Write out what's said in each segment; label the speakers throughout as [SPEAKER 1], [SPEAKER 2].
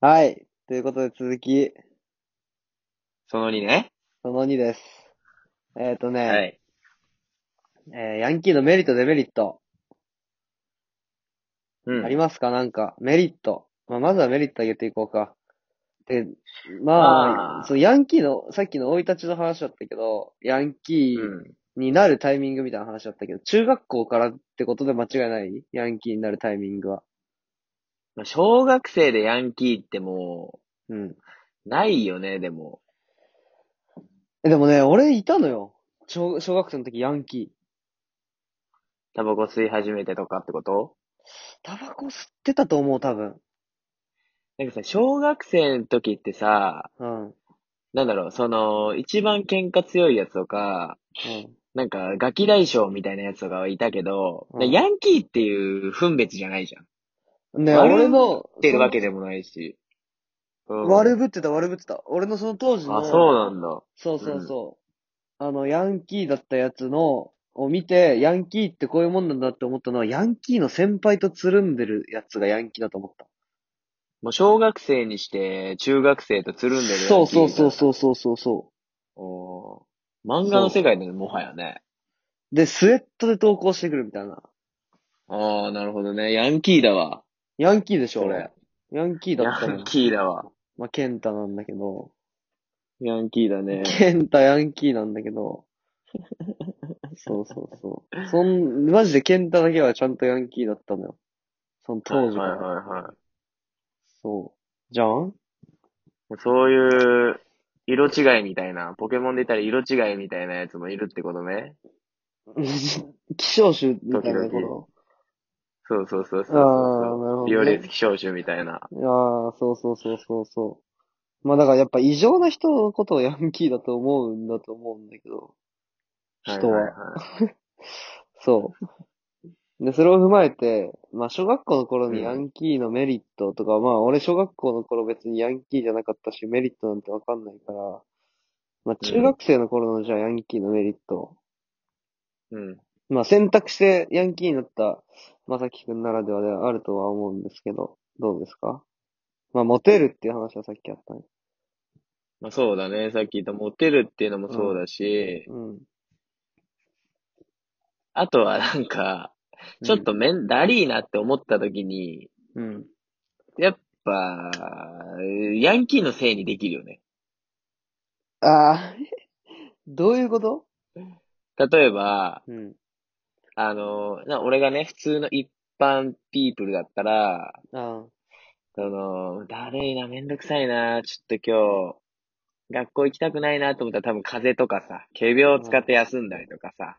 [SPEAKER 1] はい。ということで続き、
[SPEAKER 2] その2ね。
[SPEAKER 1] その2です。えっ、とね、
[SPEAKER 2] はい。
[SPEAKER 1] えーヤンキーのメリット、デメリット、
[SPEAKER 2] うん。
[SPEAKER 1] ありますかなんか、メリット。まあ、まずはメリット言っていこうか。で、まあ、
[SPEAKER 2] あー
[SPEAKER 1] そうヤンキーの、さっきの生い立ちの話だったけど、ヤンキー
[SPEAKER 2] うん。
[SPEAKER 1] になるタイミングみたいな話だったけど、中学校からってことで間違いないヤンキーになるタイミングは。
[SPEAKER 2] まあ小学生でヤンキーっても
[SPEAKER 1] うん。
[SPEAKER 2] う、ないよね、でも。
[SPEAKER 1] え、でもね、俺いたのよ。小、小学生の時ヤンキー。
[SPEAKER 2] タバコ吸い始めてとかってこと
[SPEAKER 1] タバコ吸ってたと思う、多分。
[SPEAKER 2] なんかさ、小学生の時ってさ、
[SPEAKER 1] うん。うん。
[SPEAKER 2] なんだろう、その、一番喧嘩強いやつとか、なんか、ガキ大将みたいなやつとかはいたけど、
[SPEAKER 1] うん
[SPEAKER 2] ヤンキーっていう分別じゃないじゃん。
[SPEAKER 1] ね
[SPEAKER 2] 悪
[SPEAKER 1] 俺の、
[SPEAKER 2] ってるわ
[SPEAKER 1] そ
[SPEAKER 2] けでもないし。う
[SPEAKER 1] の
[SPEAKER 2] ん
[SPEAKER 1] 悪ぶってた、悪ぶってた。俺のその当時の、
[SPEAKER 2] あ、そうなんだ。
[SPEAKER 1] そうそうそう、あの、ヤンキーだったやつの、を見て、ヤンキーってこういうもんなんだって思ったのは、ヤンキーの先輩とつるんでるやつがヤンキーだと思った。
[SPEAKER 2] もう小学生にして、中学生とつるんでるヤンキー
[SPEAKER 1] そうそうそうそうそうそうそ
[SPEAKER 2] おー漫画の世界でもはやね。
[SPEAKER 1] う。で、スウェットで投稿してくるみたいな。
[SPEAKER 2] ああ、なるほどね。ヤンキーだわ。
[SPEAKER 1] ヤンキーでしょ、
[SPEAKER 2] そ
[SPEAKER 1] 俺
[SPEAKER 2] れ。。
[SPEAKER 1] ヤンキー
[SPEAKER 2] ヤ
[SPEAKER 1] だったの
[SPEAKER 2] ン。キーだわ。
[SPEAKER 1] まあ、ケンタなんだけど。
[SPEAKER 2] ヤンキーだね。
[SPEAKER 1] ケンタヤンキーなんだけ ど。そうそうそう。そん、マジでケンタだけはちゃんとヤンキーだったのよ。その当時か
[SPEAKER 2] はいはい
[SPEAKER 1] ら。
[SPEAKER 2] は
[SPEAKER 1] そう。じゃ ん
[SPEAKER 2] い。そういう、色違いみたいな、ポケモンで言ったら色違いみたいなやつもいるってことね。
[SPEAKER 1] 希少種みたいな
[SPEAKER 2] 時々
[SPEAKER 1] こ
[SPEAKER 2] そうそうそうそう
[SPEAKER 1] と。
[SPEAKER 2] そう
[SPEAKER 1] ああ、
[SPEAKER 2] そう。
[SPEAKER 1] なるほど、ね。
[SPEAKER 2] ビオレス気象種みたいな。
[SPEAKER 1] ああ、そうそうそうそうそう。まあだからやっぱ異常な人のことをヤンキーだと思うんだと思うんだけど。人は。
[SPEAKER 2] いいい
[SPEAKER 1] そう。で、それを踏まえて、まあ、小学校の頃に
[SPEAKER 2] うん
[SPEAKER 1] ヤンキーのメリットとか、まあ、俺小学校の頃別にヤンキーじゃなかったし、メリットなんてわかんないから、まあ、中学生の頃のじゃあヤンキーのメリット。
[SPEAKER 2] うん。
[SPEAKER 1] まあ、選択してヤンキーになった、まさきくんならではではあるとは思うんですけど、どうですかまあ、モテるっていう話はさっきあったね。
[SPEAKER 2] まあそうだね。さっき言ったモテるっていうのもそうだし、
[SPEAKER 1] うん。
[SPEAKER 2] あとはなんか、ちょっとめん、だりーなって思った時に、
[SPEAKER 1] うん。
[SPEAKER 2] やっぱ、ヤンキーのせいにできるよね。
[SPEAKER 1] ああ、 どういうこと
[SPEAKER 2] 例えば、
[SPEAKER 1] うん。
[SPEAKER 2] あの、な俺がね、普通の一般ピープルだったら、
[SPEAKER 1] あ
[SPEAKER 2] その、だるいな、めんどくさいな、ちょっと今日、学校行きたくないなと思ったら多分風邪とかさ、仮病を使って休んだりとか
[SPEAKER 1] あ。
[SPEAKER 2] さ、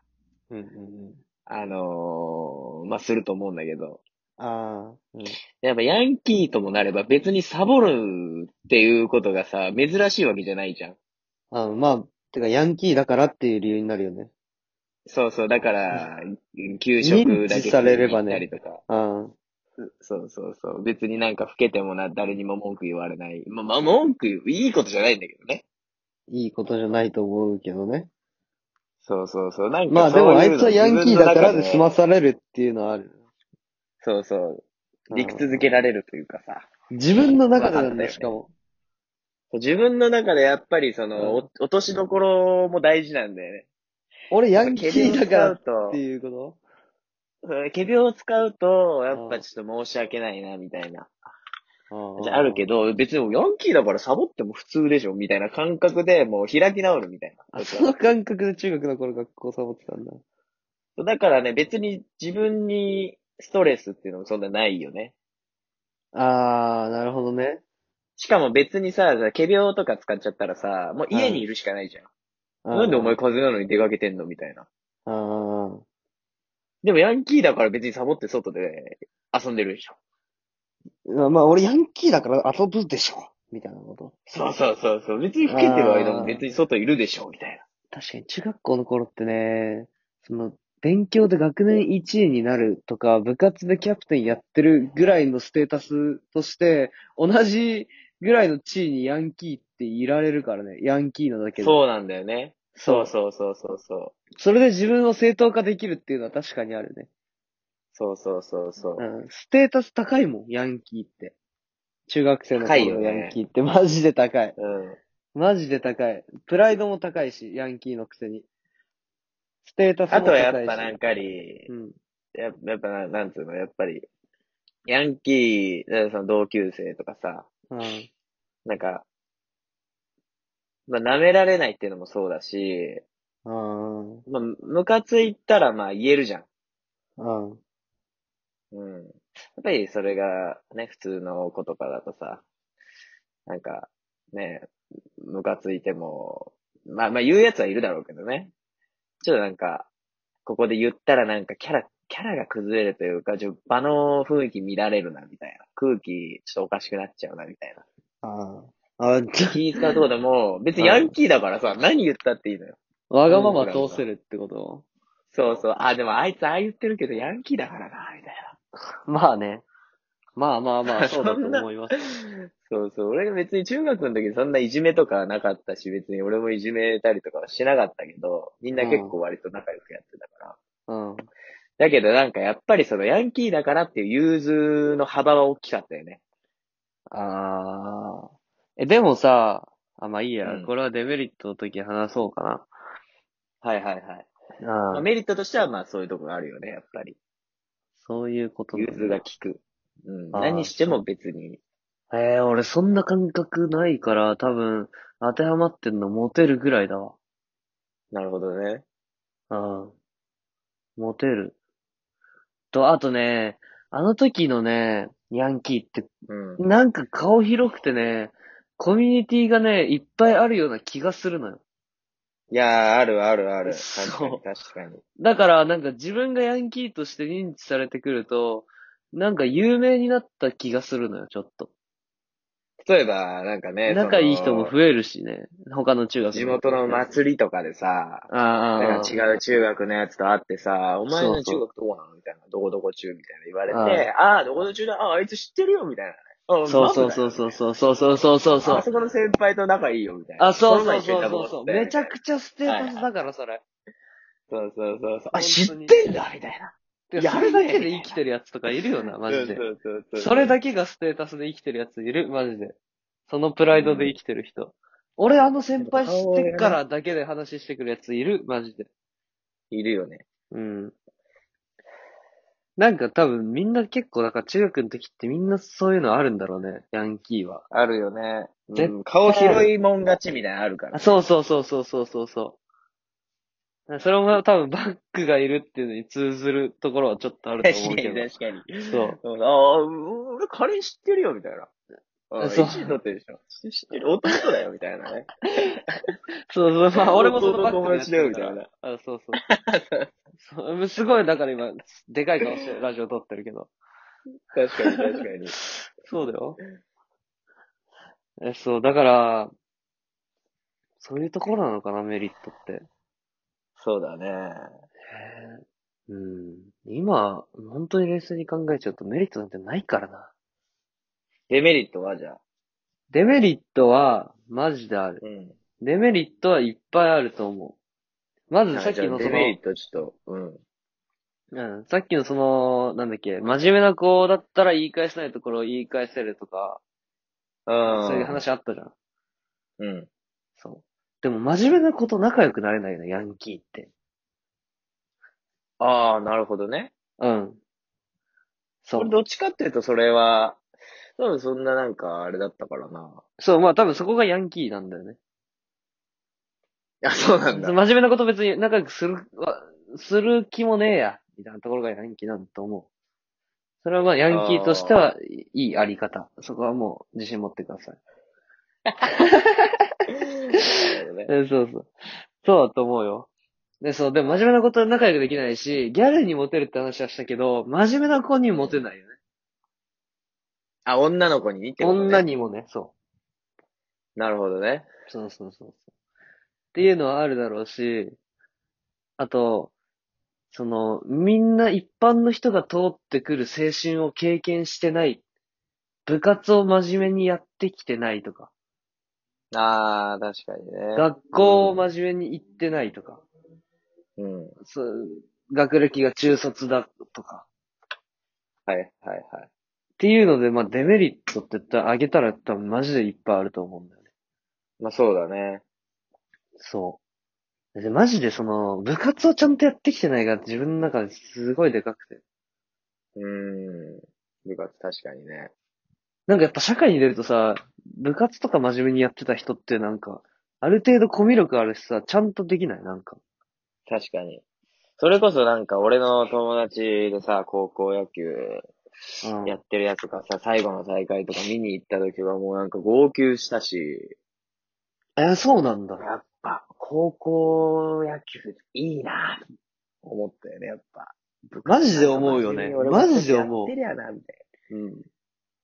[SPEAKER 1] うんうんうん。
[SPEAKER 2] あのーまあ、すると思うんだけど、
[SPEAKER 1] ああ。うん。
[SPEAKER 2] やっぱヤンキーともなれば別にサボるっていうことがさ、珍しいわけじゃないじゃん。
[SPEAKER 1] あまあ、てか、ヤンキーだからっていう理由になるよね。
[SPEAKER 2] そうそう、だから、給食だ
[SPEAKER 1] 認知
[SPEAKER 2] け
[SPEAKER 1] されればね
[SPEAKER 2] 食いに行ったりとか。
[SPEAKER 1] ああ。
[SPEAKER 2] そうそうそう。別になんか老けてもな、誰にも文句言われない。まあ、まあ、文句言う、いいことじゃないんだけどね。
[SPEAKER 1] いいことじゃないと思うけどね。
[SPEAKER 2] そうそうそう。なんか
[SPEAKER 1] まあでも、あ
[SPEAKER 2] そうう
[SPEAKER 1] い
[SPEAKER 2] の
[SPEAKER 1] つはヤンキーだからで済ま
[SPEAKER 2] 自
[SPEAKER 1] されるっていうのはある。
[SPEAKER 2] 分の中でそうそう。理屈づけられるというかさ。
[SPEAKER 1] 自分の中でなん
[SPEAKER 2] まあ
[SPEAKER 1] だ、しかも。
[SPEAKER 2] 自分の中でやっぱりその、
[SPEAKER 1] う
[SPEAKER 2] お落としどころも大事なんだよね。
[SPEAKER 1] 俺ヤンキーだから
[SPEAKER 2] やっ
[SPEAKER 1] っ
[SPEAKER 2] ぱ仮
[SPEAKER 1] てい
[SPEAKER 2] 病を使うと
[SPEAKER 1] うこ
[SPEAKER 2] そう、仮病を使うと、やっぱちょっと申し訳ないな、みたいな。
[SPEAKER 1] と
[SPEAKER 2] じゃああるけ
[SPEAKER 1] ど。
[SPEAKER 2] ど、別にヤンキーだからサボっても普通でしょ、みたいな感覚でもう開き直るみたい
[SPEAKER 1] あ
[SPEAKER 2] な。
[SPEAKER 1] そ の感覚で中学の頃学校サボってたんだ。
[SPEAKER 2] だからね、別に自分にストレスっていうのもそんなないよね。
[SPEAKER 1] ああ、なるほどね。
[SPEAKER 2] しかも別にさ、仮病とか使っちゃったらさ、もう家にいるしかないじゃん。
[SPEAKER 1] あー
[SPEAKER 2] なんでお前風邪なのに出かけてんのみたいな。
[SPEAKER 1] あー
[SPEAKER 2] でもヤンキーだから別にサボって外で遊んでるでしょ。
[SPEAKER 1] まあ。まあ、俺ヤンキーだから遊ぶでしょ。みたいなこと。
[SPEAKER 2] そうそうそうそう。別に老けてる間も別に外いるでしょみたい
[SPEAKER 1] 確かに中学校の頃ってね、その、勉強で学年1位になるとか、部活でキャプテンやってるぐらいのステータスとして、同じぐらいの地位にヤンキーっていられるからね、ヤンキーなだけで。
[SPEAKER 2] な。そうなんだよね。そう
[SPEAKER 1] そう。
[SPEAKER 2] そうそうそうそう。
[SPEAKER 1] それで自分を正当化できるっていうのは確かにあるね。
[SPEAKER 2] そうそうそうそう
[SPEAKER 1] う。ん。ステータス高いもん、ヤンキーって。中学生の
[SPEAKER 2] 高い
[SPEAKER 1] 頃
[SPEAKER 2] よ
[SPEAKER 1] の
[SPEAKER 2] ね
[SPEAKER 1] ヤンキーってマジで高い。
[SPEAKER 2] うん。
[SPEAKER 1] マジで高い。プライドも高いし、ヤンキーのくせに。ステータスも
[SPEAKER 2] あと
[SPEAKER 1] 高
[SPEAKER 2] はい
[SPEAKER 1] し。
[SPEAKER 2] やっぱなんかり、
[SPEAKER 1] うん。
[SPEAKER 2] ややっぱな、なんつうの、やっぱり、ヤンキー、だからその同級生とかさ、
[SPEAKER 1] うん。
[SPEAKER 2] なんか、まあ、舐められないっていうのもそうだし、
[SPEAKER 1] うん。
[SPEAKER 2] まあ、ムカついたらまあ言えるじゃん。
[SPEAKER 1] うん。
[SPEAKER 2] うん。やっぱりそれがね、普通の子とかだとさ、なんか、ね、ムカついても、まあまあ言うやつはいるだろうけどね。ちょっとなんか、ここで言ったらなんかキャラ、キャラが崩れるというか、ちょ場の雰囲気乱れるな、みたいな。空気、ちょっとおかしくなっちゃうな、みたいな。
[SPEAKER 1] ああ。あ、ち
[SPEAKER 2] 気使うとこでも、別にヤンキーだからさ、何言ったっていいのよ。
[SPEAKER 1] ょ わがまま通せるってこと
[SPEAKER 2] そうそう。あ、でもあいつああ言ってるけど、ヤンキーだからな、みたいな。
[SPEAKER 1] まあね。まあまあ まあ、そうだと思います。
[SPEAKER 2] そうそう。俺が別に中学の時そんないじめとかなかったし、別に俺もいじめたりとかはしなかったけど、みんな結構割と仲良くやってたから。
[SPEAKER 1] うん。
[SPEAKER 2] だけどなんかやっぱりそのヤンキーだからっていう融通の幅は大きかったよね。
[SPEAKER 1] ああ。え、でもさ、あ、まあいいや。
[SPEAKER 2] うん
[SPEAKER 1] これはデメリットの時に話そうか
[SPEAKER 2] はいはいはい。
[SPEAKER 1] な。
[SPEAKER 2] ま
[SPEAKER 1] あ
[SPEAKER 2] あ、
[SPEAKER 1] あ。
[SPEAKER 2] メリットとしてはまあそういうとこがあるよね、やっぱり。
[SPEAKER 1] そういうこと
[SPEAKER 2] 融
[SPEAKER 1] なんだ
[SPEAKER 2] 通が効く。うん。
[SPEAKER 1] あー
[SPEAKER 2] 何しても別に。
[SPEAKER 1] ええ俺そんな感覚ないから、多分、当てはまってんのモテるぐらいだわ。
[SPEAKER 2] なるほどね。
[SPEAKER 1] うん。モテる。と、あとね、あの時のね、ヤンキーって、
[SPEAKER 2] うん。
[SPEAKER 1] なんか顔広くてね、コミュニティがね、いっぱいあるような気がするのよ。
[SPEAKER 2] いやー、あるあるある。確か
[SPEAKER 1] そう
[SPEAKER 2] に確かに。
[SPEAKER 1] だから、なんか自分がヤンキーとして認知されてくると、なんか有名になった気がするのよ、ちょっと。
[SPEAKER 2] 例えば、なんかね、
[SPEAKER 1] 仲いい
[SPEAKER 2] そ
[SPEAKER 1] 人
[SPEAKER 2] の
[SPEAKER 1] も増えるしね、他の中学
[SPEAKER 2] 地元の
[SPEAKER 1] ま
[SPEAKER 2] 祭りとかでさ、
[SPEAKER 1] ああ、ああ
[SPEAKER 2] なんか違う中学のやつと会ってさ、お前
[SPEAKER 1] そ
[SPEAKER 2] の
[SPEAKER 1] うそう
[SPEAKER 2] 中学どこなのみたいな。どこどこ中みたいな言われ
[SPEAKER 1] う
[SPEAKER 2] て、ああ、どこどこ中だ。ああ、あいつ知ってるよ。みたいなね。あ
[SPEAKER 1] そうそうそうそうそうそうそうそうそう
[SPEAKER 2] あそこの先輩と仲いいよ。みたいな。
[SPEAKER 1] あ、そうそう
[SPEAKER 2] の前
[SPEAKER 1] そ
[SPEAKER 2] 一緒
[SPEAKER 1] う
[SPEAKER 2] にいた
[SPEAKER 1] そ
[SPEAKER 2] も
[SPEAKER 1] うんそう。
[SPEAKER 2] ね
[SPEAKER 1] めちゃくちゃステータスだから、それ。
[SPEAKER 2] そうそうそうそう。
[SPEAKER 1] 本
[SPEAKER 2] あ、知
[SPEAKER 1] 当に
[SPEAKER 2] ってんだみたいな。
[SPEAKER 1] で
[SPEAKER 2] や
[SPEAKER 1] そ
[SPEAKER 2] るね
[SPEAKER 1] れだけで生きてるやつとかいるよな、マジで
[SPEAKER 2] そ。うそうそう
[SPEAKER 1] それ
[SPEAKER 2] だ
[SPEAKER 1] だけがステータスで生きてるやついる、マジで。そのプライドで生きてる人。俺あの先輩知ってっからだけで話してくるやついる、マジで。
[SPEAKER 2] いるよね。
[SPEAKER 1] うん。なんか多分みんな結構、だから中学の時ってみんなそういうのあるんだろうね、ヤンキーは。
[SPEAKER 2] あるよね。
[SPEAKER 1] 絶
[SPEAKER 2] うん、顔広いもん勝ちみたいなのあるか
[SPEAKER 1] あ
[SPEAKER 2] ら。
[SPEAKER 1] そうそうそうそうそうそうそう。それも多分バックがいるっていうのに通ずるところはちょっとあると
[SPEAKER 2] 確か
[SPEAKER 1] 思う
[SPEAKER 2] に
[SPEAKER 1] けど。
[SPEAKER 2] 確かに。
[SPEAKER 1] そう。
[SPEAKER 2] うんああ、俺、カレー知ってるよ、みたいな。あ
[SPEAKER 1] そう
[SPEAKER 2] 1位取ってるでしょ。知ってる。弟だよ、みたいなね。
[SPEAKER 1] そう そう、まあ俺もそのバック
[SPEAKER 2] 友
[SPEAKER 1] でやって
[SPEAKER 2] 達だよ、
[SPEAKER 1] る
[SPEAKER 2] み
[SPEAKER 1] か
[SPEAKER 2] たい
[SPEAKER 1] ら
[SPEAKER 2] な。
[SPEAKER 1] あ、そうそう。そうすごい、だから今、でかい顔してラジオ撮ってるけど。
[SPEAKER 2] 確かに、確かに。
[SPEAKER 1] そうだよ。え、そう、だから、そういうところなのかな、メリットって。
[SPEAKER 2] そうだね。
[SPEAKER 1] うん。今、本当に冷静に考えちゃうとメリットなんてないからな。
[SPEAKER 2] デメリットはじゃあ。
[SPEAKER 1] デメリットは、マジである。
[SPEAKER 2] うん。
[SPEAKER 1] デメリットはいっぱいあると思う。まずさっき
[SPEAKER 2] じゃあ
[SPEAKER 1] のそ
[SPEAKER 2] デ
[SPEAKER 1] の、
[SPEAKER 2] メリットちょっと、うん。
[SPEAKER 1] うん。さっきのその、なんだっけ、真面目な子だったら言い返せないところを言い返せるとか、
[SPEAKER 2] あ
[SPEAKER 1] そういう。話あったじゃん。
[SPEAKER 2] うん。
[SPEAKER 1] そう。でも真面目な子と仲良くなれないよね、ヤンキーって。
[SPEAKER 2] ああ、なるほどね。
[SPEAKER 1] うん。そ
[SPEAKER 2] これ
[SPEAKER 1] う。
[SPEAKER 2] どっちかっていうと、それは、多分そんななんか、あれだったからな。
[SPEAKER 1] そう、まあ多分そこがヤンキーなんだよね。
[SPEAKER 2] あ、そうな
[SPEAKER 1] その真面目な子と別に仲良くする、わする気もねえや、みたいなところがヤンキーなんだと思う。それはまあヤンキーとしてはいいあり方。そこはもう自信持ってください。
[SPEAKER 2] なるほどね
[SPEAKER 1] えそうそう。そうだと思うよ。で、そう、でも真面目なこと仲良くできないし、ギャルにモテるって話はしたけど、真面目な子にモテないよね。
[SPEAKER 2] あ、女の子にってことね
[SPEAKER 1] 女。にもね、そう。
[SPEAKER 2] なるほどね。
[SPEAKER 1] そうそうそうそう。っていうのはあるだろうし、あと、その、みんな一般の人が通ってくる青春を経験してない。部活を真面目にやってきてないとか、
[SPEAKER 2] ああ、確かにね。
[SPEAKER 1] 学校を真面目に行ってないとか、
[SPEAKER 2] うん。
[SPEAKER 1] そう学歴が中卒だとか、
[SPEAKER 2] はい、はい、はい。
[SPEAKER 1] っていうので、まあ、デメリットって言ったら、あげたら多分マジでいっぱいあると思うんだよね。
[SPEAKER 2] まあそうだね。
[SPEAKER 1] そう。でマジでその、部活をちゃんとやってきてないが自分の中ですごいでかくて。
[SPEAKER 2] うーん。部活確かにね。
[SPEAKER 1] なんかやっぱ社会に出るとさ、部活とか真面目にやってた人ってなんか、ある程度コミュ力あるしさ、ちゃんとできないなんか。
[SPEAKER 2] 確かに。それこそなんか俺の友達でさ、高校野球
[SPEAKER 1] うん。
[SPEAKER 2] やってるやつがさ、最後の大会とか見に行った時はもうなんか号泣したし、
[SPEAKER 1] え、そうなんだ。
[SPEAKER 2] やっぱ高校野球いいなぁと思ったよね、やっぱ。
[SPEAKER 1] マジで思うよねマジで思う
[SPEAKER 2] やってりゃな、みたいな。うん。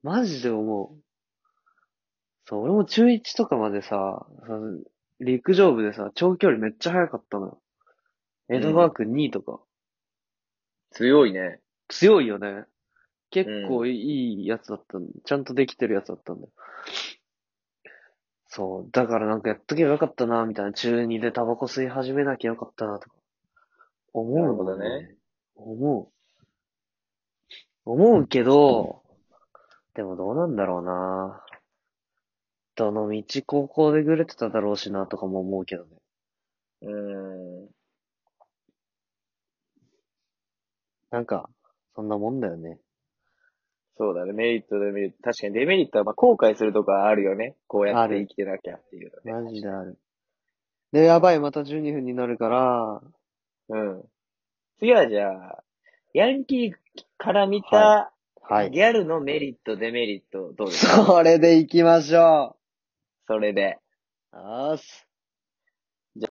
[SPEAKER 1] マジで思う。そう、俺も中1とかまでさ、その陸上部でさ、長距離めっちゃ速かったのよ。江戸川区2位とか。
[SPEAKER 2] 強いね。
[SPEAKER 1] 強いよね。結構いいやつだった、ん、ちゃんとできてるやつだったんだよ。そう。だからなんかやっとけばよかったな、みたいな。中2でタバコ吸い始めなきゃよかったな、とか。思う
[SPEAKER 2] な
[SPEAKER 1] もん
[SPEAKER 2] るほどね。
[SPEAKER 1] 思う。思うけど、でもどうなんだろうな。どの道高校でぐれてただろうしなとかも思うけどね。
[SPEAKER 2] うん。
[SPEAKER 1] なんか、そんなもんだよね。
[SPEAKER 2] そうだね。メリットで見ると。確かにデメリットは、まあ、後悔するとこはあるよね。こうやって生きてなきゃっていうのね。
[SPEAKER 1] マジである。で、やばい、また12分になるから、
[SPEAKER 2] うん。次はじゃあ、ヤンキーから見た、
[SPEAKER 1] ははい。
[SPEAKER 2] ギャルのメリット、デメリット、どうですか
[SPEAKER 1] それで行きましょ
[SPEAKER 2] それで。
[SPEAKER 1] う。よーし。